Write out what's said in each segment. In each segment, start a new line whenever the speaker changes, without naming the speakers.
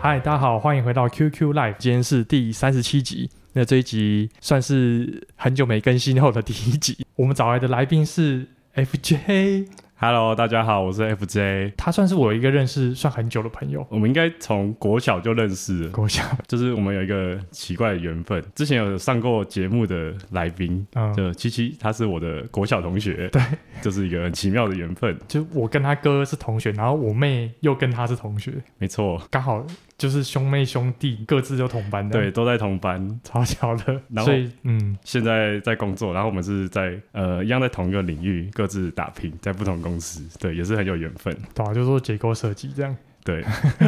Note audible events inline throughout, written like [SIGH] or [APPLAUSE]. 嗨，大家好，欢迎回到 QQ Live，今天是第三十七集。那这一集算是很久没更新后的第一集。 [LAUGHS] 我们找来的来宾是 FJ，
Hello，大家好，我是 FJ。
他算是我一个认识算很久的朋友。
我们应该从国小就认识了，
跟我讲，
就是我们有一个奇怪的缘分。之前有上过节目的来宾，
嗯，
就七七，他是我的国小同学， [LAUGHS] 对，这是一个很奇妙的缘分，
就我跟他哥是同学，然后我妹又跟他是同学，
没错，
刚好就是兄妹兄弟各自都同班的，
对，，都在同班，
超巧的。
然后
所以，嗯，
现在在工作，然后我们是在呃一样在同一个领域各自打拼，在不同公司，对，也是很有缘分，
对啊，就做结构设计这样。
对，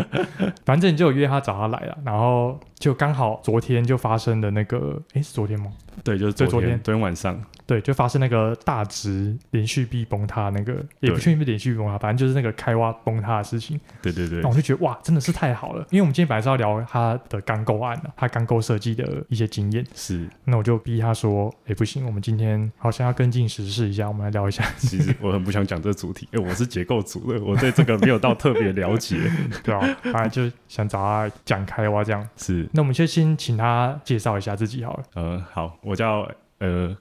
[LAUGHS] 反正就有约他找他来了，然后就刚好昨天就发生的那个，诶，是昨天吗？
对，就是
对昨
昨天，
天
昨天晚上，
对，就发生那个大直连续壁崩塌那个，也不
对
确定是不是连续壁崩塌，反正就是那个开挖崩塌的事情。
对对对
那，我就觉得哇，真的是太好了，因为我们今天本来是要聊他的钢构案啊的，他钢构设计的一些经验。
是，
那我就逼他说，哎，不行，我们今天好像要跟进时事一下，我们来聊一
[LAUGHS]
下，
其实我很不想讲这主题，因为我是结构组的，我对这个没有到特别了 [LAUGHS] 解，
对吧、啊？反正就想找他讲开挖这样。
是。
那我们就先请他介绍一下自己好了。
呃，好，我叫呃，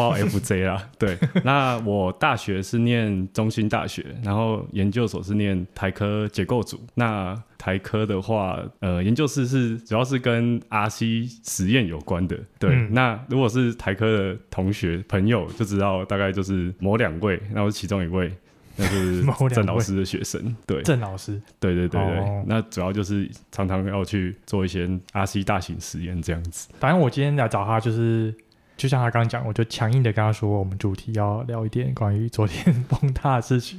[LAUGHS]
号 FJ 啦。对，那我大学是念中兴大学，然后研究所是念台科结构组。那台科的话，呃，研究室是主要是跟 RC 实验有关的。对，
嗯
那如果是台科的同学朋友就知道，大概就是某两位，那我是其中一位。那是
[LAUGHS] 某两
郑老
位
师的学生，对，
郑老师，
对对对对，
哦
那主要就是常常要去做一些 RC 大型实验这样子。
反正我今天来找他就是。就像他刚刚讲，我就强硬的跟他说，我们主题要聊一点关于昨天 [LAUGHS] 崩塌的事情。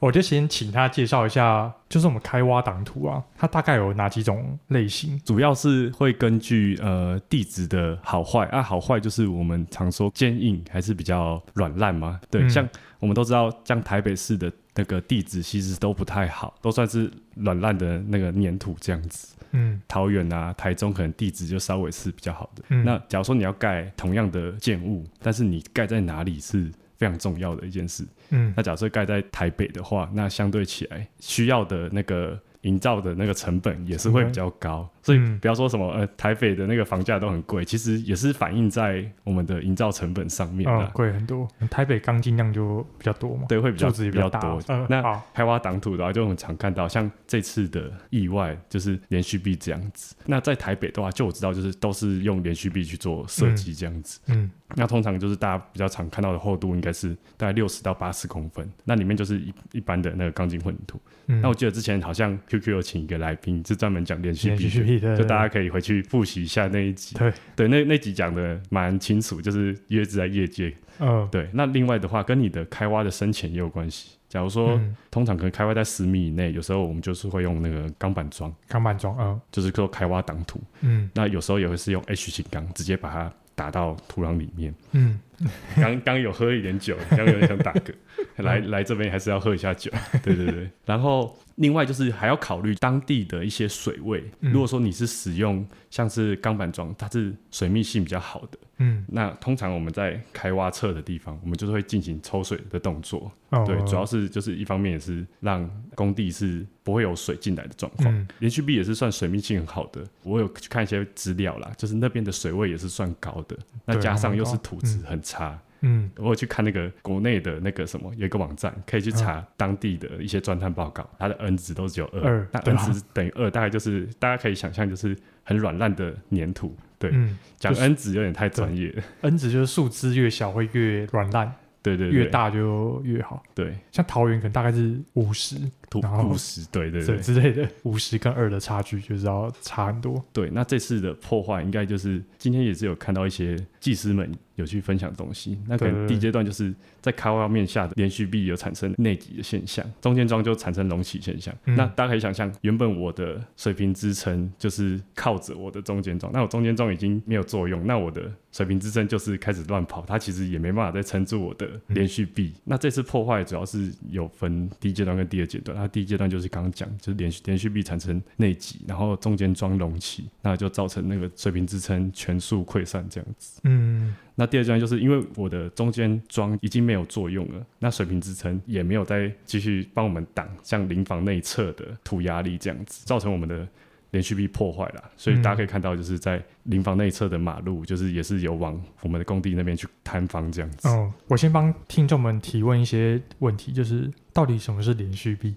我就先请他介绍一下，就是我们开挖党图啊，它大概有哪几种类型？
主要是会根据呃地质的好坏啊，好坏就是我们常说坚硬还是比较软烂嘛。对，
嗯
像我们都知道，像台北市的那个地质其实都不太好，都算是软烂的那个粘土这样子。
嗯
桃园啊、台中可能地质就稍微是比较好的。
嗯，
那假如说你要盖同样的建物，但是你盖在哪里是非常重要的一件事。
嗯
那假设盖在台北的话，那相对起来需要的那个营造的那个成本也是会比较高，所以
嗯
不要说什么呃台北的那个房价都很贵，其实也是反映在我们的营造成本上面
嗯
的，，
贵很多，台北钢筋量就比较多嘛，
对，会比较
柱子也
比
比较
较
大
多。
嗯，
那
好，
开挖挡土的话，就我们常看到像这次的意外就是连续壁这样子。那在台北的话，就我知道就是都是用连续壁去做设计这样子。
嗯
那通常就是大家比较常看到的厚度应该是大概六十到八十公分，那里面就是一一般的那个钢筋混凝土。
嗯，
那我记得之前好像 QQ 有请一个来宾，是专门讲连续
连
壁
续
的，
壁的，
就大家可以回去复习一下那一集。
对
那那集讲的蛮清楚，就是约制在业界。
嗯，
对，那另外的话，跟你的开挖的深浅也有关系。假如说、
嗯
通常可能开挖在十米以内，有时候我们就是会用那个钢板桩，
钢板桩，嗯
就是说开挖挡土。
嗯
那有时候也会是用 H 型钢，直接把它打到土壤里面。
嗯，
[LAUGHS] 刚刚有喝一点酒，刚有点想打嗝，
[LAUGHS]
来来这边还是要喝一下酒。对对对， [LAUGHS] 然后另外就是还要考虑当地的一些水位。
嗯
如果说你是使用像是钢板桩，它是水密性比较好的，
嗯
那通常我们在开挖侧的地方，我们就是会进行抽水的动作。
哦，
对，主要是就是一方面也是让工地是不会有水进来的状况。
嗯
连续壁也是算水密性很好的，我有去看一些资料啦，就是那边的水位也是算高的，那
对
加上又
还
是
蛮高
土质很差，
嗯
我有去看那个国内的那个什么，有一个网站可以去
嗯
查当地的一些钻探报告，它的 N 值都只有
二
二，那
对
N
啊
值等于二，大概就是大家可以想象就是很软烂的粘土。对，
嗯
讲
就是
N 值有点太专业了，
，N 值就是树枝越小会越软烂。
[LAUGHS] 对对对，
越大就越好。
对
像桃园可能大概是五十
土
然后
五十，对对
这
对
之类的，五十跟二的差距就是要差很多。
对。那这次的破坏应该就是今天也是有看到一些技师们有去分享东西，那可
对对
能
对
第一阶段就是在开挖面下的连续壁有产生内挤的现象，中间桩就产生隆起现象。
嗯
那大家可以想象，原本我的水平支撑就是靠着我的中间桩，那我中间桩已经没有作用，那我的水平支撑就是开始乱跑，它其实也没办法再撑住我的连续壁。那这次破坏主要是有分第一阶段跟第二阶段，它那第一阶段就是刚刚讲，就是连续连续壁产生内挤，然后中间装容器，那就造成那个水平支撑全速溃散这样子。
嗯
那第二阶段就是因为我的中间桩已经没有作用了，那水平支撑也没有再继续帮我们挡像临房内侧的土压力这样子，造成我们的连续壁破坏了。所以大家可以看到，就是在临房内侧的马路，就是也是有往我们的工地那边去摊方这样子。
哦，我先帮听众们提问一些问题，就是到底什么是连续壁？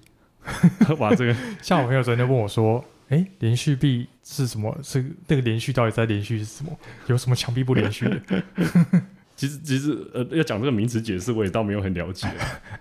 [LAUGHS] 哇，这个
像我朋友昨天就问我说：“哎、连续壁是什么？是那个连续到底在连续是什么？有什么墙壁不连续的 [LAUGHS]
其实其实呃，要讲这个名词解释，我也倒没有很了解。？”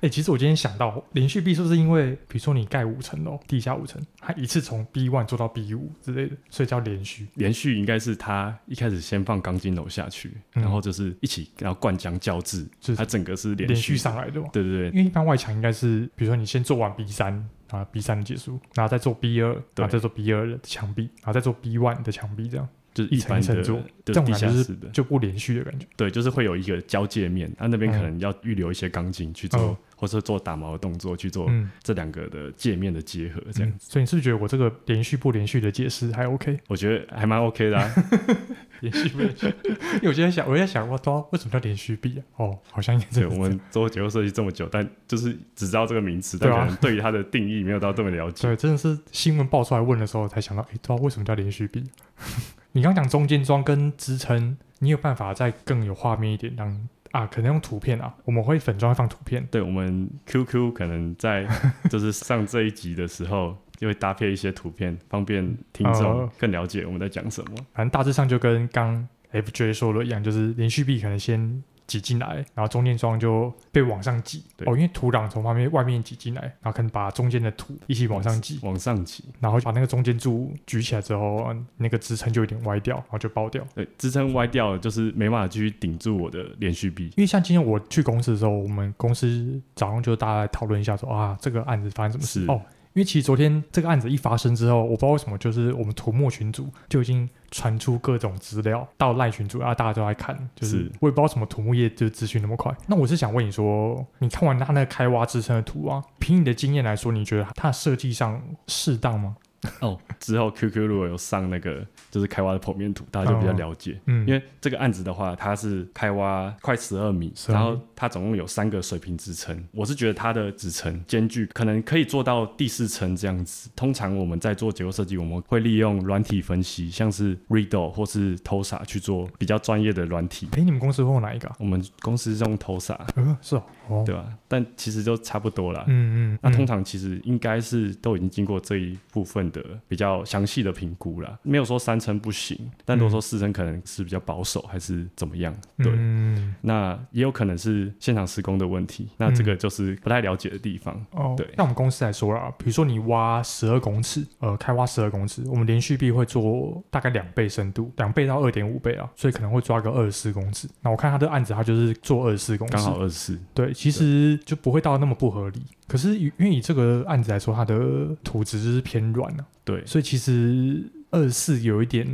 哎、其实我今天想到，连续壁是不是因为比如说你盖五层楼，地下五层，它一次从 B one 做到 B 五之类的，所以叫连续。
连续应该是他一开始先放钢筋楼下去，
嗯
然后就是一起然后灌浆浇制
是，
它整个是连
连续
续。
上来的嘛。
对对对，
因为一般外墙应该是，比如说你先做完 B 三啊，B 三的结束，然后再做 B 二，然后再做 B 二的墙壁，然后再做 B one 的墙壁，这样
就是一般
一层一层
的
做这
就
种
地
感觉
下
是
室的，
就不连续的感觉。
对，就是会有一个交界面，啊那、那边可
嗯
能要预留一些钢筋去做，
嗯
或是做打毛的动作去做
嗯，
这两个的界面的结合，这样、
嗯所以你是不是觉得我这个连续不连续的解释还 OK？
我觉得还蛮 OK 的、啊。
[LAUGHS] 连续不连续？ [LAUGHS] 因为我今天想，我在想，我操，为什么叫连续壁啊？哦，好像也
对，
是
我们做结构设计这么久，但就是只知道这个名词，
对
但
啊
可能对于它的定义没有到这么了解。
对，真的是新闻爆出来问的时候才想到，哎，对啊，为什么叫连续壁？ [LAUGHS] 你刚讲中间桩跟支撑，你有办法再更有画面一点，让啊，可能用图片啊，我们会粉装放图片，
[LAUGHS] 对我们 QQ 可能
[LAUGHS]
在就是上这一集的时候，就会搭配一些图片，方便听众
哦
更了解我们在讲什么。
反正大致上就跟刚 FJ 说的一样，就是连续壁可能先挤进来，然后中间桩就被往上挤。
对
哦，因为土壤从旁边外面挤进来，然后可能把中间的土一起往上挤，
往上挤，
然后把那个中间柱举起来之后，那个支撑就有点歪掉，然后就爆掉。
对，支撑歪掉了，就是没办法继续顶住我的连续壁。
因为像今天我去公司的时候，我们公司早上就大家来讨论一下说啊，这个案子发生什么事
是
哦。因为其实昨天这个案子一发生之后，我不知道为什么，就是我们土木群组就已经传出各种资料到赖群组，啊，大家都来看，就是
是
我也不知道什么土木业就资讯那么快。那我是想问你说，你看完他那个开挖支撑的图啊，凭你的经验来说，你觉得它设计上适当吗？
哦， [LAUGHS] 之后 QQ 如果有上那个就是开挖的剖面图，大家就比较了解。
嗯，
因为这个案子的话，它是开挖快十二米，
12米
然后它总共有三个水平支撑。我是觉得它的支撑间距可能可以做到第四层这样子。通常我们在做结构设计，我们会利用软体分析，像是 Redo 或是 Tosa 去做比较专业的软体。
哎，你们公司会用哪一个、啊？
我们公司是用 Tosa，
呃，是哦，哦，
对吧？但其实就差不多啦。
嗯嗯，
那通
嗯
常其实应该是都已经经过这一部分的比较详细的评估啦，没有说三层不行，但如果说四层可能是比较保守还是怎么样，对。
嗯
那也有可能是现场施工的问题，那这个
嗯
就是不太了解的地方。
哦，
对
那我们公司来说啦，比如说你挖十二公尺，呃，开挖十二公尺，我们连续壁会做大概两倍深度，两倍到二点五倍啊，所以可能会抓个二十四公尺。那我看他的案子，他就是做二十四公尺
刚，好二十四，
对，其实就不会到那么不合理。可是以因为以这个案子来说，它的土质就是偏软啊，
对，
所以其实二十四有一点，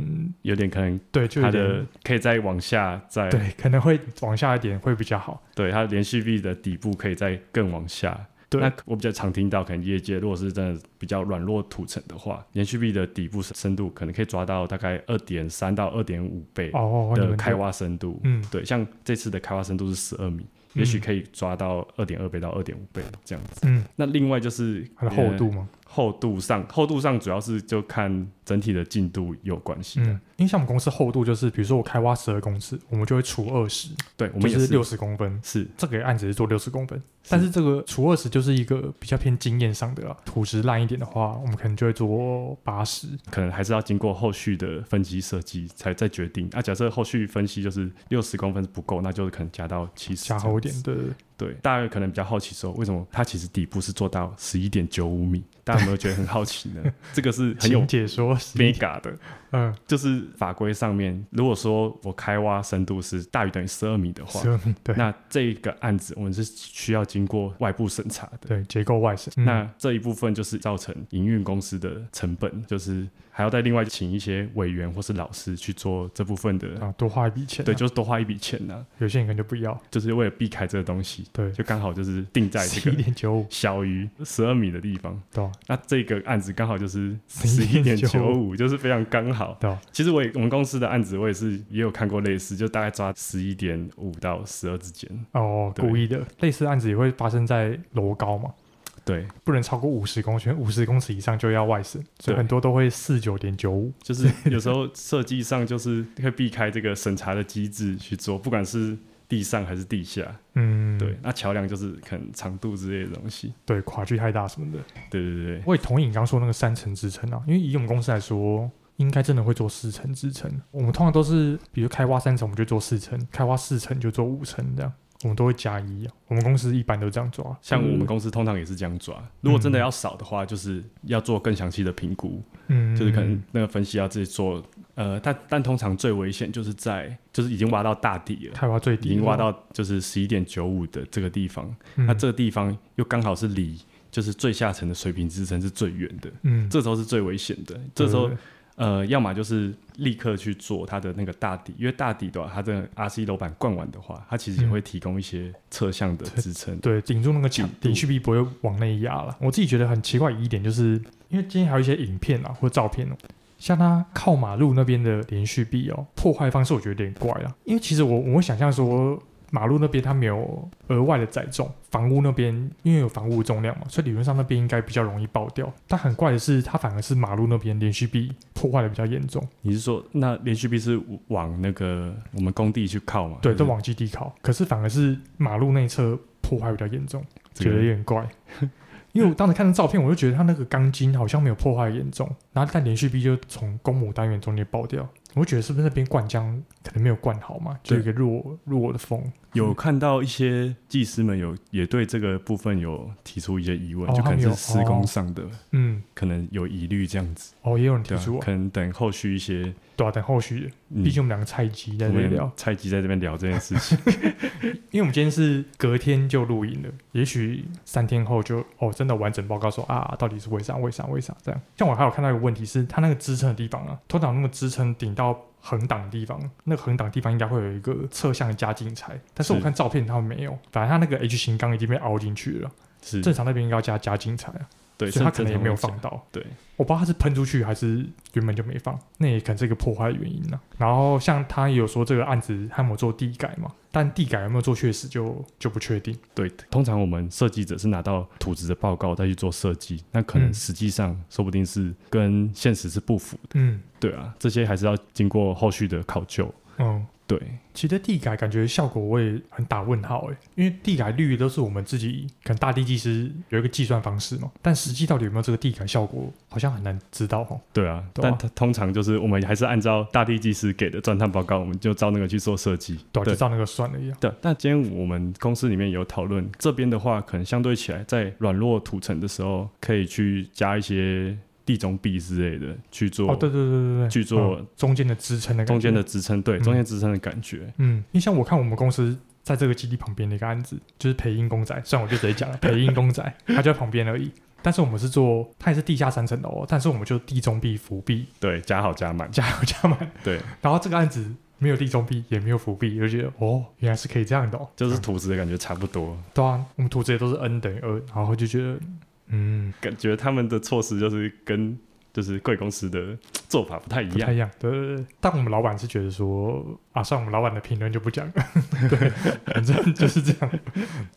有点可能
对，就有
它
点
的哎可以再往下再，
对，可能会往下一点会比较好。
对，它连续壁的底部可以再更往下。
对
那我比较常听到，可能业界如果是真的比较软弱土层的话，连续壁的底部深度可能可以抓到大概二点三到二点五倍
哦，你
的
们
开
就，
挖深度。
嗯，
对，像这次的开挖深度是十二米，也许可以抓到二点二倍到二点五倍这样子。
嗯，
那另外就是
它的
呃
厚度吗？
厚度上，厚度上主要是就看整体的进度有关系。
嗯，因为像我们公司厚度就是，比如说我开挖十二公尺，我们就会除二十，
对，
就
我们也
是六
是
十公分。
是
这个案子是做六十公分，但是这个除二十就是一个比较偏经验上的啦。土质烂一点的话，我们可能就会做八十。
可能还是要经过后续的分析设计才再决定。那、啊假设后续分析就是六十公分不够，那就是可能加到七十，
加厚一点。的，
对，大家可能比较好奇说，为什么它其实底部是做到十一点九五米？大家有没有觉得很好奇
[LAUGHS]
呢？这个是很有
请解说是
mega 的，
嗯，
就是法规上面，如果说我开挖深度是大于等于十二米的话
十，二米，对
那这个案子我们是需要经过外部审查的。
对，结构外省。嗯
那这一部分就是造成营运公司的成本，就是还要再另外请一些委员或是老师去做这部分的，
啊，多花一笔钱啊，
对，就是多花一笔钱呢、啊
有些人可能就不要。
就是为了避开这个东西。西，
对，
就刚好就是定在
十
这
一
[LAUGHS] 个
点九五，
小于十二米的地方。
对啊
那这个案子刚好就是十一点九
11.95
五，就是非常刚好。
对啊
其实我也我们公司的案子，我也是也有看过类似，就大概抓十一点五到十二之间。
哦，
对
故意的，类似案子也会发生在楼高嘛，
对，
不能超过五十公尺，五十公尺以上就要外省，所以
对
很多都会四九点九五，
就是有时候设计上就是会避开这个审查的机制去做，不管是地上还是地下。
嗯，
对，那桥梁就是可能长度之类的东西。
对，跨距太大什么的。
对对对，
我也同意你刚说那个三层支撑啊，因为以我们公司来说，应该真的会做四层支撑。我们通常都是，比如开挖三层，我们就做四层；开挖四层就做五层这样，我们都会加一、啊。我们公司一般都这样做、啊，
像我们公司通常也是这样抓。如果真的要少的话，就是要做更详细的评估。
嗯，
就是可能那个分析要自己做。呃，但但通常最危险就是在就是已经挖到大底了，
开挖最
已
低，
经挖，到就是十一点九五的这个地方，
嗯、
那这个地方又刚好是离就是最下层的水平支撑是最远的，
嗯，
这时候是最危险的。这时候
对
呃，要么就是立刻去做它的那个大底，因为大底的话，它的 RC 楼板灌完的话，它其实也
嗯
会提供一些侧向的支撑。
对顶住那个墙
顶，住
顶续壁不会往内压了。我自己觉得很奇怪一点，就是因为今天还有一些影片啊或照片哦、像它靠马路那边的连续壁哦、破坏方式我觉得有点怪啦。因为其实我我会想象说，马路那边它没有额外的载重，房屋那边因为有房屋重量嘛，所以理论上那边应该比较容易爆掉。但很怪的是，它反而是马路那边连续壁破坏的比较严重，
你是说那连续壁是往那个我们工地去靠嘛？
对，
还是
都往基地靠。可是反而是马路内侧破坏比较严重。
这
觉
个
得有点
[LAUGHS]
怪。因为我当时看到照片，我就觉得它那个钢筋好像没有破坏严重，然后但连续壁就从公母单元中间爆掉，我就觉得是不是那边灌浆可能没有灌好嘛，就有一个弱弱的缝，
有看到一些技师们有也对这个部分有提出一些疑问，
哦
就
他
可
们
能
有
是施工上的、
嗯，
可能有疑虑这样子，
哦，也有人提
对、
出
啊，
啊，
可能等后续一些，
对啊，等后续的，
嗯
毕竟我们两个菜鸡在
我
这里
们
聊，
蔡吉在这边聊这件事
[LAUGHS]
情，
因为我们今天是隔天就录影了，也许三天后就哦，真的完整报告说啊，到底是为啥为啥为啥这样。像我还有看到一个问题是，它那个支撑的地方啊，通常那个支撑顶到横挡的地方，那个横挡地方应该会有一个侧向的加进材，但是我
是
看照片它没有，反正它那个 H 型钢已经被凹进去了，
是
正常那边应该要加加进材啊，
对，
所以它可
正
能也
常
没有
来讲
放到。
对，
我不知道它是喷出去还是原本就没放，那也可能是一个破坏的原因呢、然后像他也有说这个案子他有没有做地改嘛，但地改有没有做确实就就不确定。
对，通常我们设计者是拿到土质的报告再去做设计，那可能
嗯
实际上说不定是跟现实是不符的，
嗯
对啊，这些还是要经过后续的考究，
嗯，
对，
其实地改感觉效果我也很打问号诶，因为地改率都是我们自己可能大地技师有一个计算方式嘛，但实际到底有没有这个地改效果，好像很难知道哦。
对啊，
对啊
但它通常就是我们还是按照大地技师给的钻探报告，我们就照那个去做设计。
对啊，就照那个算了一样。
对，那今天我们公司里面有讨论，这边的话可能相对起来，在软弱土层的时候，可以去加一些地中壁之类的去做、
哦，对对对对对，
去做
嗯中间的支撑的感觉
中间的支撑，对，
嗯
中间支撑的感觉。
嗯，因为像我看我们公司在这个基地旁边的一个案子，就是培英公仔，虽然我就直接讲了培英公仔，它就在旁边而已。但是我们是做，它也是地下三层楼哦，但是我们就地中壁、浮壁
对，加好加满，
加油加满。
对，
然后这个案子没有地中壁，也没有浮壁，就觉得哦，原来是可以这样的哦。
就是
嗯
土质的感觉差不多，
对啊，我们图纸也都是 n 等于二，然后就觉得嗯
感觉他们的措施就是跟就是贵公司的做法不太一
不
样
太。一样。对对对，但我们老板是觉得说啊，算了我们老板的评论就不
[LAUGHS]
讲了，对，反正就是这样。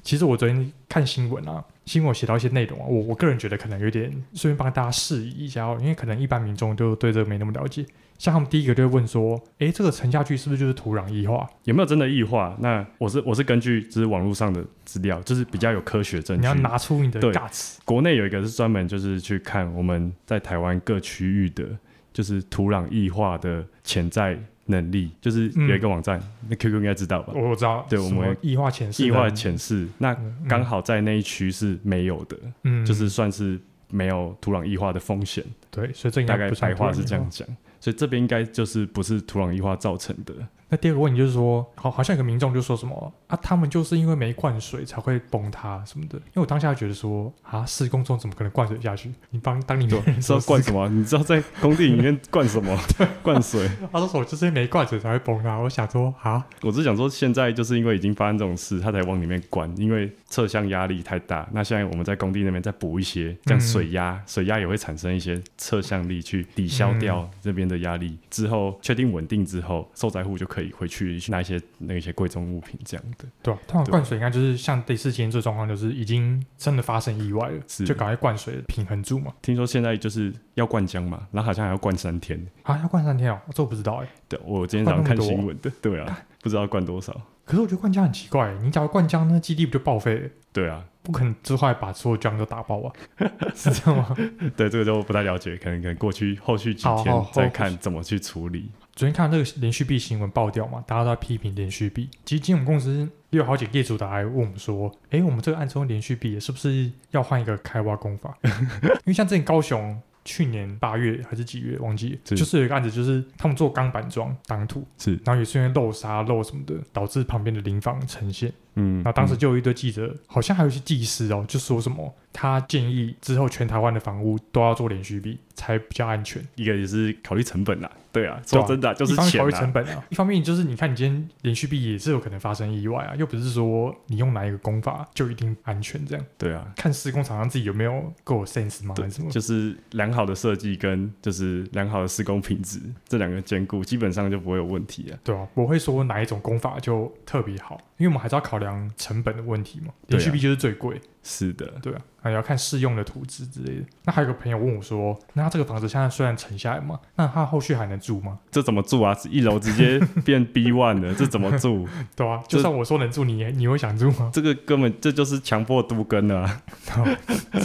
其实我昨天看新闻啊，新闻有写到一些内容啊，我我个人觉得可能有点顺便帮大家释疑一下哦，因为可能一般民众就对这个没那么了解。像他们第一个就会问说，诶，这个沉下去是不是就是土壤异化？
有没有真的异化？那我是我是根据就是网络上的资料，就是比较有科学证据。
你要拿出你的
对
guts，
国内有一个是专门就是去看我们在台湾各区域的，就是土壤异化的潜在能力，就是有一个网站，那 QQ 应该知道吧？
嗯我我知道，
对我
什么
们
异化前世，
异化潜势，那
嗯
刚，好在那一区是没有的，
嗯
就是算是没有土壤异化的风险，
对，所以这应该
大概
不算
白话是
土壤异
这样讲。所以这边应该就是不是土壤异化造成的，
那第二个问题就是说，好，好像有个民众就说什么啊，他们就是因为没灌水才会崩塌什么的。因为我当下觉得说，啊，施工中怎么可能灌水下去？你帮当你
对，你知道灌什么啊？你知道在工地里面灌什么？灌水。
[LAUGHS] 他说我就是因为没灌水才会崩塌。我想说，啊，
我只想说，现在就是因为已经发生这种事，它才往里面灌，因为侧向压力太大。那现在我们在工地那边再补一些，这样水压、水压也会产生一些侧向力去抵消掉这边的压力。之后确定稳定之后，受灾户就可以回去去拿一些那些贵重物品这样的。
对啊，通常
对
灌水应该就是像类似今天这状况，就是已经真的发生意外了，
是
就赶快灌水平衡住嘛。
听说现在就是要灌浆嘛，然后好像还要灌三天。
啊，要灌三天哦，这我不知道哎。
对，我今天早上
灌
看
那么多
新闻的，
[LAUGHS]
对啊，不知道灌多少。
可是我觉得灌浆很奇怪，欸你假如灌浆，那基地不就报废了？
对啊，
不可能之后还把所有浆都打爆啊？ [LAUGHS] 是这样吗？
对这个就不太了解，可能可能过去后续几
好好
天
后
再看怎么去处理。
昨天看这个连续币新闻爆掉嘛，大家都在批评连续币。其实金融公司也有好几个业主打来问我们说：“诶，我们这个暗中连续币是不是要换一个开挖工法？”因为像之前高雄去年八月还是几月忘记了，
是
就是有一个案子，就是他们做钢板桩挡土，
是，
然后也是因为漏沙漏什么的，导致旁边的林房呈现。
嗯，
那当时
嗯
就有一堆记者，好像还有一些技师哦，就说什么他建议之后全台湾的房屋都要做连续币才比较安全。
一个也是考虑成本啦，对啊，
对啊
说真的啊、就
一
是
方面
钱
考虑
啦
成，本啊，一方面就是你看你今天连续币也是有可能发生意外啊，又不是说你用哪一个功法就一定安全，这样
对啊，
看施工厂商自己有没有够有 sense 吗？还
对
是什么，？
就是良好的设计跟就是良好的施工品质这两个兼顾，基本上就不会有问题啊。
对啊，我会说哪一种功法就特别好，因为我们还是要考量成本的问题嘛。
对啊
连续币就是最贵，
是的，
对啊，还要看适用的图纸之类的。那还有个朋友问我说，那他这个房子现在虽然沉下来嘛，那他后续还能住吗？
这怎么住啊？一楼直接变 B one 了，这怎么住？
对啊，
这
就算我说能住，你也你会想住吗？ [LAUGHS]
这个根本这就是强迫都根了、啊。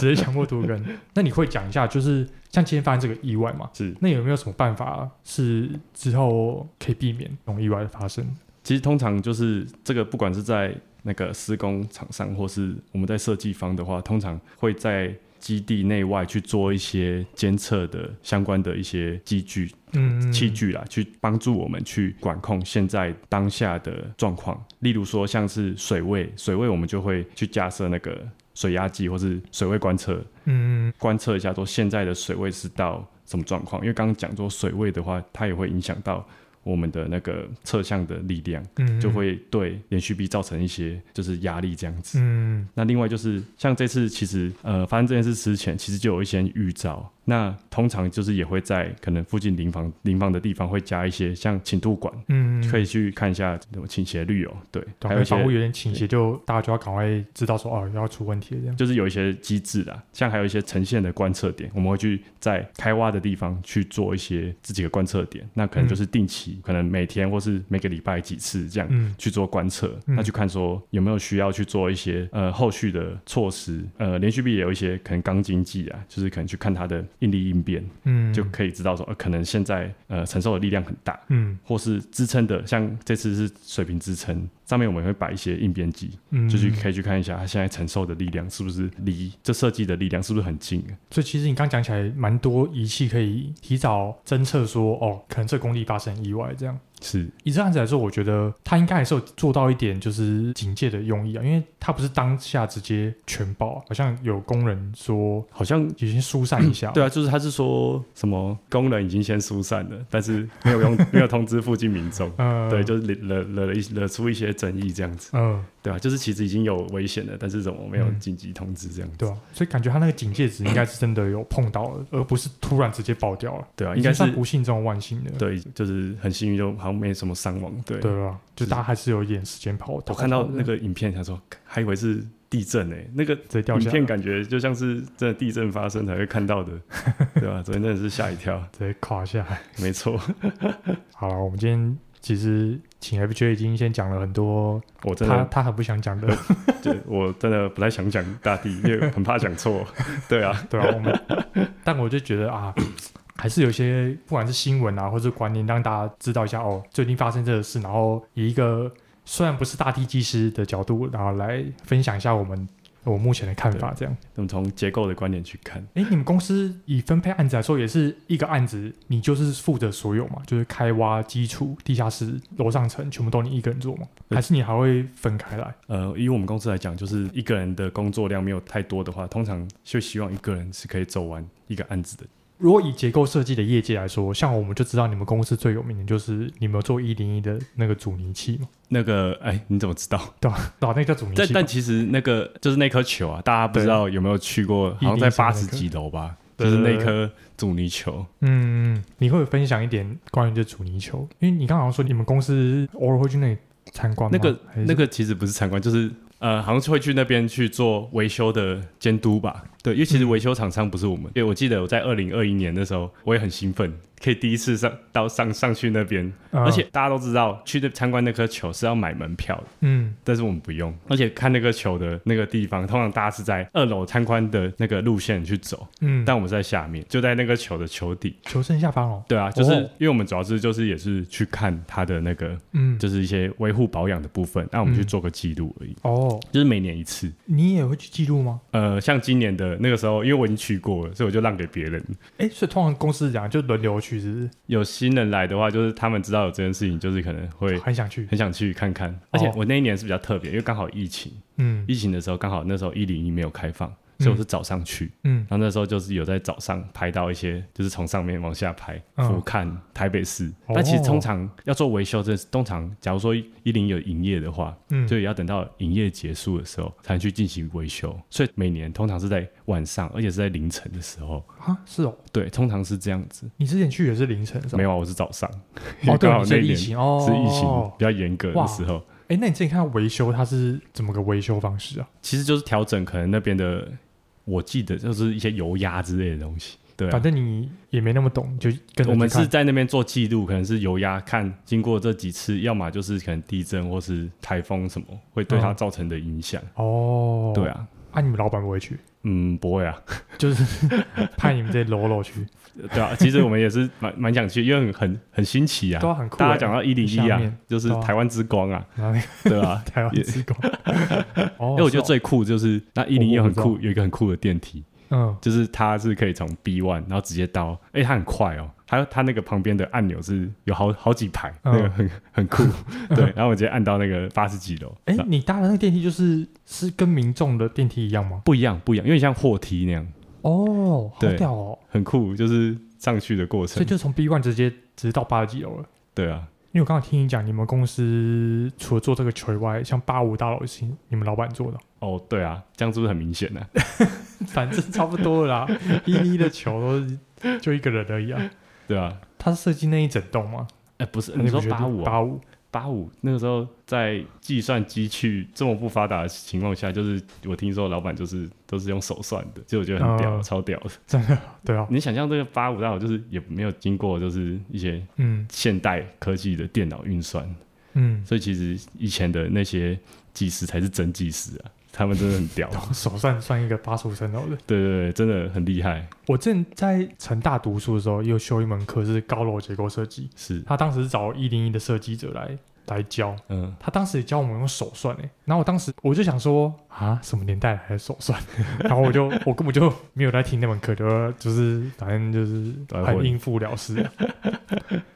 直接强迫读根。那你会讲一下，就是像今天发生这个意外嘛？
是，
那有没有什么办法是之后可以避免这种意外的发生？
其实通常就是这个，不管是在那个施工厂商，或是我们在设计方的话，通常会在基地内外去做一些监测的相关的一些机具
嗯
器，具啦，去帮助我们去管控现在当下的状况。例如说，像是水位，水位我们就会去架设那个水压计或是水位观测，
嗯，
观测一下说现在的水位是到什么状况。因为刚刚讲说水位的话，它也会影响到我们的那个侧向的力量，
嗯
就，会对连续壁造成一些就是压力这样子。
嗯
那另外就是像这次，其实呃发生这件事之前，其实就有一些预兆。那通常就是也会在可能附近临房临房的地方会加一些像请渡馆，
嗯，
可
以。
以去看一下有倾斜率哦，对，还
对，啊
有一
跟房屋
些
有点倾斜，就大家就要赶快知道说哦，要出问题了这样。
就是有一些机制啦，像还有一些呈现的观测点，我们会去在开挖的地方去做一些自己的观测点，那可
嗯
能就是定期，可能每天或是每个礼拜几次这样。
嗯
去做观测，
嗯
那去看说有没有需要去做一些呃后续的措施。呃，连续币也有一些可能钢筋剂啊，就是可能去看它的应力应变，
嗯，
就可以知道说，呃，可能现在呃承受的力量很大，
嗯
或是支撑的，像这次是水平支撑，上面我们会摆一些应变剂，
嗯，
就去可以去看一下它现在承受的力量是不是离这设计的力量是不是很近啊。
所以其实你刚讲起来，蛮多仪器可以提早侦测说哦，可能这工地发生意外这样。
是
以这案子来说，我觉得他应该还是有做到一点就是警戒的用意啊，因为他不是当下直接全爆啊，好像有工人说
好像，
有先疏散一下
对啊，就是他是说什么工人已经先疏散了，但是没有
[LAUGHS]
用没有通知附近民众。
呃，
对，就是惹惹惹了一惹出一些争议这样子，
嗯，
对吧、啊就是其实已经有危险了，但是怎么没有
嗯
紧急通知这样子？
对啊，所以感觉他那个警戒值应该是真的有碰到了，而不是突然直接爆掉了，
对啊，
已
应
经
该是
算不幸中万幸的，
对，就是很幸运，就好像没什么伤亡。对，
对吧？就大家还是有一点时间跑。啊
我
逃
看到那
跑的
个影片，想说还以为是地震呢、那个
直接掉
影
下来，
片感觉就像是真的地震发生才会看到的，对吧、昨天真的是吓一跳，
直接垮下来。
没错，
好了，我们今天其实请 FJ 已经先讲了很多
我真
他
的
他很不想讲的，
就我真的不太想讲大地，因为很怕讲错，对啊，
对啊，我们，但我就觉得啊，还是有一些不管是新闻啊，或者是观念，让大家知道一下哦，最近发生这个事，然后以一个虽然不是大地技师的角度，然后来分享一下我们我目前的看法这样。
我们从结构的观点去看，
哎，你们公司以分配案子来说，也是一个案子，你就是负责所有嘛，就是开挖、基础、地下室、楼上层，全部都你一个人做吗？
对
还是你还会分开来？
呃，以我们公司来讲，就是一个人的工作量没有太多的话，通常就希望一个人是可以走完一个案子的。
如果以结构设计的业界来说，像我们就知道你们公司最有名的就是你们有做一零一的那个阻尼器嘛，
那个，哎，你怎么
[LAUGHS]
知道？
对哦吧？那个叫阻尼
但
器吧。
但其实那个就是那颗球啊，大家不知道有没有去过，好像在
一定是那
八
颗
十几楼吧，
对
就是那
对对
颗阻尼球。
嗯，嗯你会有分享一点关于这阻尼球，因为你刚刚好像说你们公司偶尔会去那里参观吗
那个
还是
那个其实不是参观，就是呃，好像会去那边去做维修的监督吧。对，因为其实维修厂商不是我
嗯
们，因为我记得我在二零二一年的时候，我也很兴奋，可以第一次上到上上去那边，
呃
而且大家都知道去那参观那颗球是要买门票的，
嗯，
但是我们不用，而且看那个球的那个地方，通常大家是在二楼参观的那个路线去走，
嗯，
但我们是在下面，就在那个球的球底。
求生下方哦，
对啊，就是
哦
因为我们主要是就是也是去看它的那个
嗯，
就是一些维护保养的部分，那我们去做个记录而已。嗯
哦，
就是每年一次。
你也会去记录吗？
呃，像今年的那个时候，因为我已经去过了，所以我就让给别人。
哎，所以通常公司是这样就轮流去，是
有新人来的话，就是他们知道有这件事情，就是可能
不
会
是？很想去，
很想去看看。而且我那一年是比较特别，因为刚好疫情，
嗯
疫情的时候刚好那时候一零一没有开放，所以我是早上去。
嗯，
然后那时候就是有在早上拍到一些，就是从上面往下拍，
嗯
俯瞰台北市。
哦
但其实通常要做维修，这通常假如说一零有营业的话，
嗯
就也要等到营业结束的时候才能去进行维修。所以每年通常是在晚上，而且是在凌晨的时候。
啊，是哦，
对，通常是这样子。
你之前去也是凌晨是吧？
没有啊，我是早上，
哦，
刚
对，
好
你
那
是疫
一年
情哦，
是疫情比较严格的
哇
时候，
哎，那你之前看到维修它是怎么个维修方式啊？
其实就是调整可能那边的，我记得就是一些油压之类的东西。对、啊
反，正你也没那么懂，你就跟着去
我们
看
是在那边做记录，可能是油压看经过这几次，要么就是可能地震或是台风什么会对它
嗯
造成的影响。
哦，
对，啊，
啊，你们老板不会去，
嗯，不会啊，
就是 [LAUGHS] 派你们这些喽喽去，
对啊，其实我们
[LAUGHS]
也是蛮蛮想去，因为很很很新 [LAUGHS] 奇啊。
都很酷欸。
大家讲到一零一
下
啊
面，
就是
对啊
台湾之
[LAUGHS]
光啊，
然后那个
对啊，
台湾之
[LAUGHS]
光，哦
因哎为我
是
觉得
哦
最酷就是那一零一
我
很
不知道
酷，有一个很酷的电梯，
嗯
就是它是可以从 B one 然后直接到，哎、它很快哦，它它那个旁边的按钮是有好好几排，
嗯
那个很很
[LAUGHS]
酷，对，然后我直接按到那个八十几楼，
哎
然，后
你搭的那个电梯就是是跟民众的电梯一样吗？
不一样不一样，因为像货梯那样，
哦，好
对
屌哦！
很酷，就是上去的过
所
程
以，就从 B one 直接直接到八十几楼了。
对啊，
因为我刚刚听你讲，你们公司除了做这个球以外，像八五大楼也是你们老板做的，
哦对啊，这样是不是很明显呢、
反正差不多了啦。一一的球都是就一个人而已啊。
对啊，
他是设计那一整栋吗？
哎、不是，你说八五啊，
八五
八五那个时候在计算机去这么不发达的情况下，就是我听说老板就是都是用手算的，就我觉得很屌，
嗯
超屌的。
对啊，
你想象这个八五大佬就是也没有经过就是一些
嗯
现代科技的电脑运算，
嗯，
所以其实以前的那些技师才是真技师啊，他们真的很 [LAUGHS] 屌，
[LAUGHS] 手算算一个八十五层楼的。
对对对，真的很厉害，
我之前在成大读书的时候，也有修一门课是高楼结构设计，
是，
他当时是找一零一的设计者来来教，
嗯，
他当时也教我们用手算诶、然后我当时我就想说啊，什么年代还手算？ [LAUGHS] 然后我就我根本就没有在听那门课，就就是反正就是很应付了事。 [LAUGHS]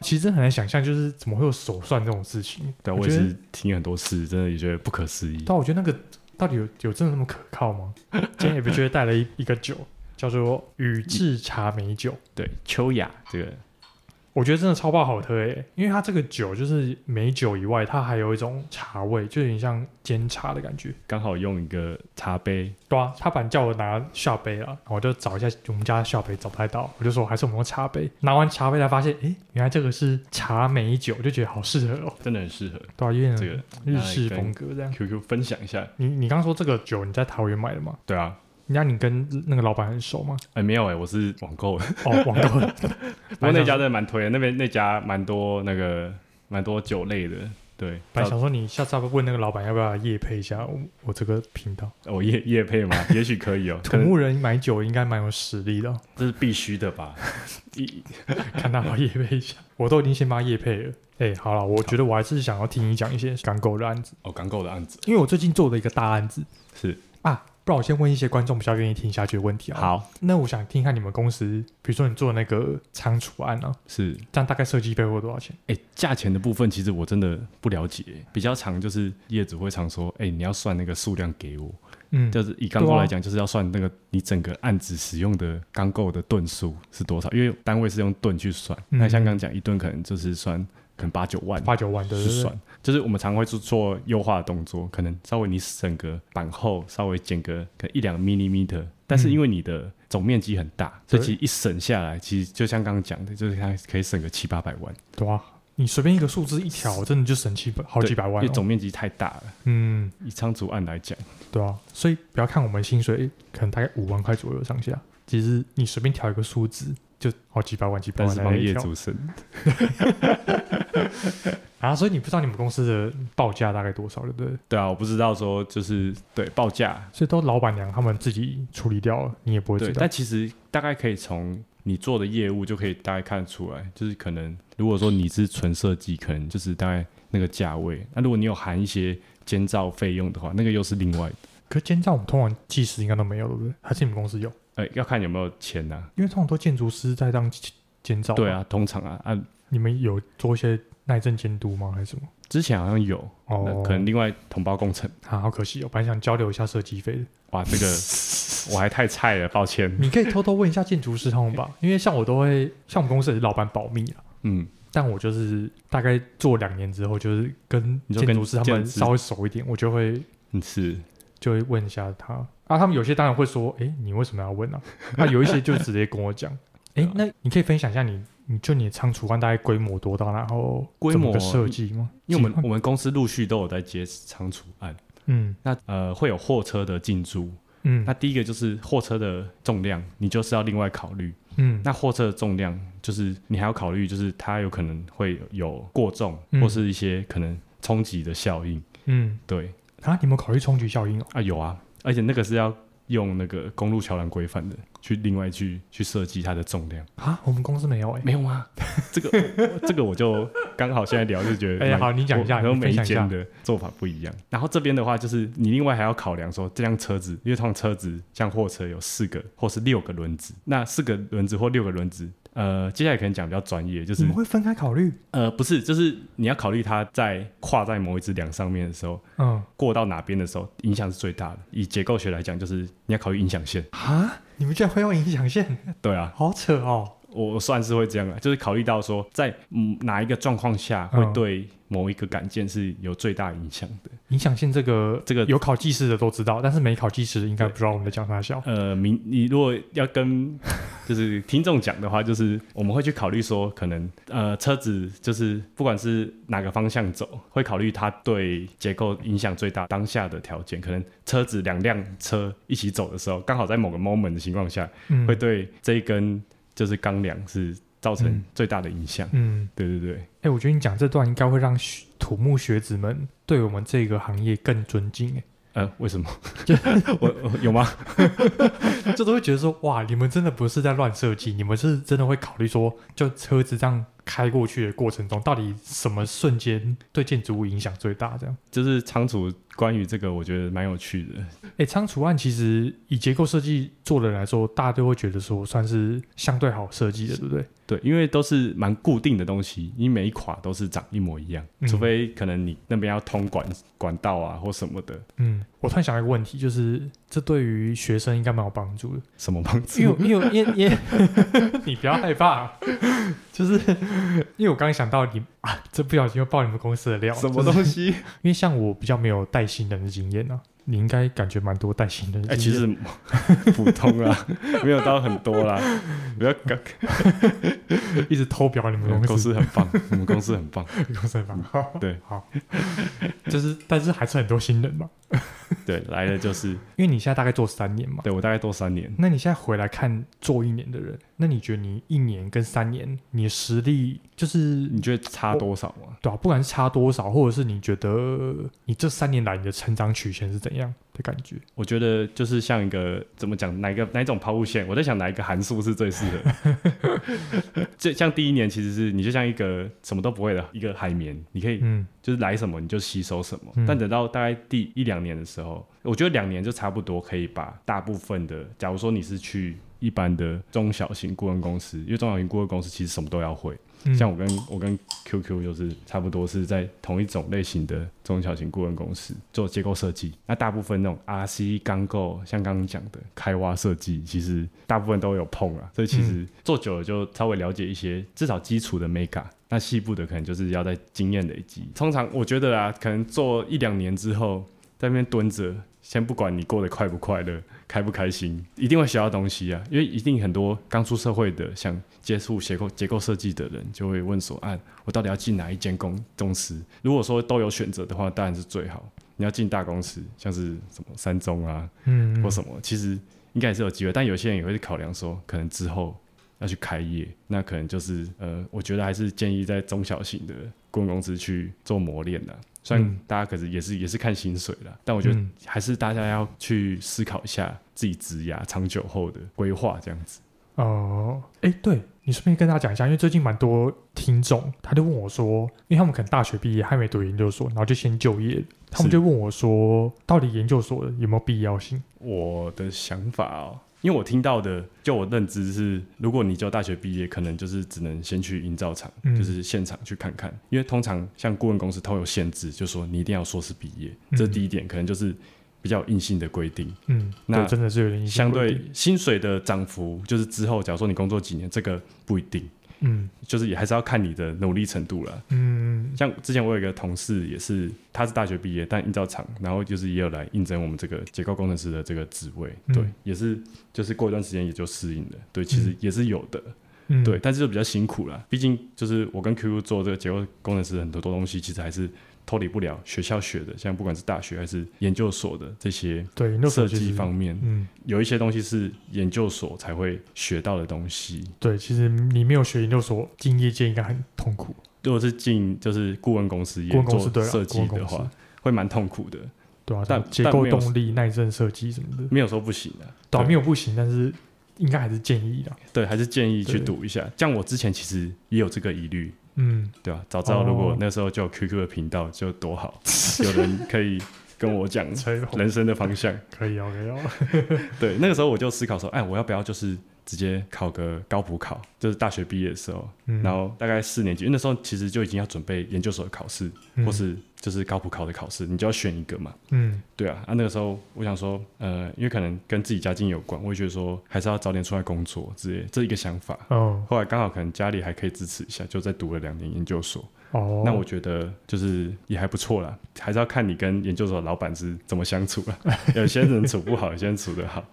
其实很难想象，就是怎么会有手算这种事情。
对
我
我也
觉得，啊
是听很多事，真的也觉得不可思议，
但我觉得那个到底有有真的那么可靠吗？今天也不觉得带了一一个酒，叫做宇治茶美酒。
对，秋雅这个，
我觉得真的超爆好喝诶、因为它这个酒就是美酒以外，它还有一种茶味，就有点像煎茶的感觉。
刚好用一个茶杯，
对啊，他反叫我拿下杯了，然后我就找一下我们家的下杯，找不太到，我就说还是我们用茶杯。拿完茶杯才发现，诶，原来这个是茶美酒，就觉得好适合哦，
真的很适合
对啊，有点
这个
日式风格这样。
QQ 分享一下，
你你刚说这个酒你在桃园买的吗？
对啊，
那你跟那个老板很熟吗？ [LAUGHS]
哎、没有哎、我是网购的。
哦，网购
[LAUGHS]
的，
不过那家真的蛮推的，那边那家蛮多那个蛮多酒类的，对。
本来
到
想说你下次要不要问那个老板要不要夜配一下我我这个频道？
哦夜夜配
[LAUGHS]
嘛，也许可以哦，
土
可能
木人买酒应该蛮有实力
[LAUGHS]
的哦，
这是必须
[LAUGHS]
的吧？一
看他要夜配一下，我都已经先帮他夜配了。诶，好了，我觉得我还是想要听你讲一些港狗的案子。
哦，港口的案子
因为我最近做的一个大案子
是
啊，不然我先问一些观众比较愿意听下去的问题啊。，
好，
那我想听一下你们公司，比如说你做那个仓储案啊，
是
这样大概设计费会多少钱？
哎，价钱的部分其实我真的不了解，比较常就是业主会常说，哎，你要算那个数量给我，
嗯，
就是以钢构来讲，就是要算那个你整个案子使用的钢构的吨数是多少，因为单位是用吨去算。
嗯
那像刚刚讲一吨可能就是算可能八九万
八九万的，
去算，就是我们常会去做优化的动作，可能稍微你整个板厚稍微减个可能一两 millimeter，但
嗯
是因为你的总面积很大，所以其实一省下来，其实就像刚刚讲的，就是它可以省个七八百万，
对啊，你随便一个数字一调，真的就省七百好几百
因
万、
为
哦。
总面积太大了。
嗯，
以仓储案来讲，
对啊，所以不要看我们薪水可能大概五万块左右上下，其实你随便调一个数字就好几百万、几百
但
万
是
来
帮业
跳
主省，
啊，所以你不知道你们公司的报价大概多少，对不对？
对啊，我不知道说就是对报价
所以都老板娘他们自己处理掉了，你也不会
对，
知道
但。其实大概可以从你做的业务就可以大概看得出来，就是可能如果说你是纯设计，可能就是大概那个价位。那如果你有含一些监造费用的话，那个又是另外的，
可监造我们通常技师应该都没有，对不对？还是你们公司有？
哎、要看有没有钱呐、
因为通常都建筑师在当监造。
对，啊，通常啊，啊，
你们有做一些耐震监督吗？还是什么？
之前好像有，那
哦，
可能另外同胞工程，
啊，好可惜哦，本来想交流一下设计费的。
哇，这
[LAUGHS]
个我还太菜了，抱歉。 [LAUGHS]
你可以偷偷问一下建筑师他们吧， [LAUGHS] 因为像我都会，像我们公司也是老板保密啊，
嗯，
但我就是大概做两年之后，就是跟
你就
建
跟
筑师他们
建筑师
稍微熟一点，我就会
嗯是
就会问一下他啊。他们有些当然会说，哎、你为什么要问啊？ [LAUGHS] 那有一些就直接跟我讲，哎、
对啊
那你可以分享一下你，你就你的仓储案大概规模多大，然后
规
怎么
模啊
个设计吗？
因为我们
几万
我们公司陆续都有在接仓储案，
嗯
那呃会有货车的进驻，
嗯
那第一个就是货车的重量，你就是要另外考虑。
嗯
那货车的重量，就是你还要考虑，就是它有可能会有过重，
嗯
或是一些可能冲击的效应。
嗯
对
啊，你们考虑冲击效应哦，
啊，有啊，而且那个是要用那个公路桥栏规范的，去另外去去设计它的重量。
啊，我们公司没有哎、
没
[LAUGHS]
有吗？这个我这个我就刚好现在聊就觉得
哎
蛮，
好你讲一下
我然后
你分
每一
享一下
间的做法不一样。然后这边的话，就是你另外还要考量说，这辆车子，因为通常车子像货车有四个或是六个轮子，那四个轮子或六个轮子，呃，接下来可能讲比较专业，就是
你们会分开考虑？
呃，不是，就是你要考虑它在跨在某一只梁上面的时候，
嗯
过到哪边的时候，影响是最大的。以结构学来讲，就是你要考虑影响线。
啊，你们居然会用影响线，
对啊，
好扯哦。
我我算是会这样啊，就是考虑到说，在嗯哪一个状况下会
嗯
对某一个杆件是有最大影响的。
影响线这个
这个
有考技师的都知道，但是没考技师的应该不知道我们在讲啥笑。
呃，明你如果要跟就是听众讲的话，就是我们会去考虑说，可能呃车子就是不管是哪个方向走，会考虑它对结构影响最大当下的条件。可能车子两辆车一起走的时候，刚好在某个 moment 的情况下，
嗯
会对这一根就是钢梁是造成
嗯
最大的影响。
嗯，
对对对。
哎、我觉得你讲这段应该会让学土木学子们对我们这个行业更尊敬、哎，
呃，为什么？ [LAUGHS] 我我有吗？
就都会觉得说，哇，你们真的不是在乱设计，你们是真的会考虑说，就车子这样开过去的过程中，到底什么瞬间对建筑物影响最大？这样，
就是仓储关于这个，我觉得蛮有趣的。
哎、仓储案其实以结构设计做的人来说，大家都会觉得说算是相对好设计的，对不对？
对，因为都是蛮固定的东西，你每一垮都是长一模一样，
嗯
除非可能你那边要通管管道啊或什么的，
嗯，我突然想到一个问题，就是这对于学生应该蛮有帮助的，
什么帮助？
因为因为因为因为 [LAUGHS] 你不要害怕， [LAUGHS] 就是因为我刚刚想到你啊，这不小心又爆你们公司的料，
什么
就是
东西？
因为像我比较没有带新人的经验啊，你应该感觉蛮多带新人
哎、
的
其
经验。 [LAUGHS]
实普通啦，没有到很多啦。不要搞，
其实一直偷表你
我
们
们公
公司
司很棒，我们公司很棒。
嗯公司吧，
对
好，就是但是还是很多新人嘛，
对，来了就是，
因为你现在大概做三年嘛，
对我大概多三年，
那你现在回来看做一年的人，那你觉得你一年跟三年，你的实力就是
你觉得差多少吗？
对啊，不管是差多少，或者是你觉得你这三年来你的成长曲线是怎样的感觉？
我觉得就是像一个怎么讲，哪一个哪一种抛物线？我在想哪一个函数是最适合 [LAUGHS] 的。这像第一年其实是你就像一个什么都不会的一个海绵，你可以
嗯
就是来什么你就吸收什么。
嗯
但等到大概第一两年的时候，我觉得两年就差不多可以把大部分的，假如说你是去一般的中小型顾问公司，因为中小型顾问公司其实什么都要会。
嗯，
像我跟我跟 QQ 就是差不多是在同一种类型的中小型顾问公司做结构设计。那大部分那种 RC 钢构，像刚刚讲的开挖设计，其实大部分都有碰啊，所以其实做久了就稍微了解一些至少基础的 mega。那细部的可能就是要在经验累积。通常我觉得啊，可能做一两年之后，在那边蹲着，先不管你过得快不快乐，开不开心，一定会学到东西啊。因为一定很多刚出社会的想接触结构结构设计的人，就会问说：啊，我到底要进哪一间公公司？如果说都有选择的话，当然是最好。你要进大公司，像是什么三中啊
嗯，
或什么，其实应该也是有机会。但有些人也会去考量说，可能之后要去开业，那可能就是呃，我觉得还是建议在中小型的顾问公司去做磨练啦。虽然
嗯
大家可是也是也是看薪水啦，但我觉得
嗯
还是大家要去思考一下自己职涯长久后的规划这样子。
哦，哎、对你顺便跟大家讲一下，因为最近蛮多听众，他就问我说，因为他们可能大学毕业还没读研究所，然后就先就业，他们
是
就问我说，到底研究所有没有必要性？
我的想法哦，因为我听到的，就我认知是，如果你就大学毕业，可能就是只能先去营造厂，
嗯
就是现场去看看，因为通常像顾问公司都有限制，就说你一定要硕士毕业，
嗯
这第一点可能就是比较硬性的规定。
嗯，
那
对，真的是有点影响
相
不一
对
定，
薪水的涨幅，就是之后假如说你工作几年，这个不一定，
嗯
就是也还是要看你的努力程度了。
嗯
像之前我有一个同事，也是他是大学毕业，但营造厂，然后就是也有来应征我们这个结构工程师的这个职位，
嗯
对，也是就是过一段时间也就适应了，对，其实也是有的，
嗯，
对，，但是就比较辛苦啦，毕竟就是我跟 QQ 做这个结构工程师很多多东西，其实还是脱离不了学校学的，像不管是大学还是研究所的这些
对，研究所
设
其
计
实
方面，
嗯，
有一些东西是研究所才会学到的东西，
对，其实你没有学研究所，进业界应该很痛苦。
如果是进就是顾问公司
顾
也
问公司
做
对啊
设计
顾问
的
公司
话，会蛮痛苦的。
对啊，
但
什么结
但
构
没有嗯
动力、耐震设计什么 [LAUGHS] 的，
没有说不行的、
对啊，没有不行，但是应该还是建议的。
对，还是建议去
对
读一下。像我之前其实也有这个疑虑，
嗯，
对吧、早知道如果
哦
那时候就有 QQ 的频道，就
[LAUGHS]
多好，有人可以跟我讲
吹捧
嗯人生的方向。
可以哦，可以哦。
对，那个时候我就思考说，哎，我要不要就是直接考个高普考，就是大学毕业的时候，
嗯
然后大概四年级，因为那时候其实就已经要准备研究所的考试，
嗯
或是就是高普考的考试，你就要选一个嘛。
嗯
对啊，啊那个时候我想说，呃，因为可能跟自己家境有关，我也觉得说还是要早点出来工作之类，这一个想法。
哦
后来刚好可能家里还可以支持一下，就再读了两年研究所。
哦，
那我觉得就是也还不错啦，还是要看你跟研究所老板是怎么相处啦。有些人处不好，有些人处得好。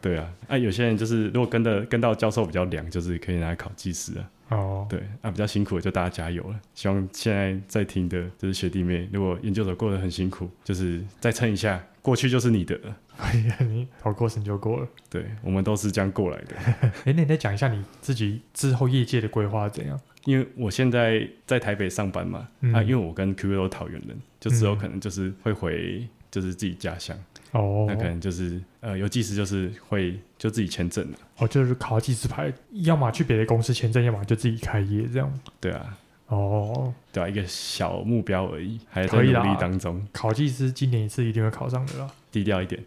对啊，啊有些人就是如果跟的跟到教授比较凉，就是可以拿来考技师啊。
哦， [LAUGHS]
对啊，比较辛苦的就大家加油了。希望现在在听的就是学弟妹，如果研究所过得很辛苦，就是再撑一下，过去就是你的了。
哎呀，你头过身就过了。
对我们都是这样过来的。
哎，那你再讲一下你自己之后业界的规划是怎样？
因为我现在在台北上班嘛，
嗯
啊，因为我跟 QQ 都桃园人，就之后
嗯
可能就是会回就是自己家乡，
哦
那可能就是呃有技师就是会就自己签证啊了，
哦，就是考技师牌，要么去别的公司签证，要么就自己开业这样。
对啊，
哦，
对啊，一个小目标而已，还在
可
努
以啦
力当中，
考技师今年一次一定会考上的啦。
低调一点，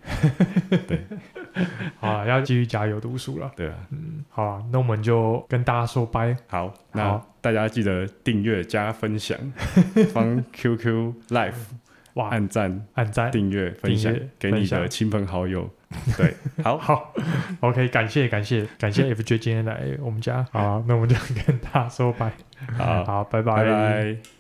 好啦，要继续加油读书了。
对啊，
嗯，好啦，那我们就跟大家说拜。
好，那大家记得订阅加分享，
[LAUGHS]
帮 QQ Live
哇，
按赞、
按赞。
订阅、分享
订阅
给你
分享
的亲朋
[LAUGHS]
好友，对，好，
好，OK，感谢感谢感 [LAUGHS] 谢 FJ 今天来我们家，好啊，那我们就跟大家说拜，
好
好，拜
拜拜。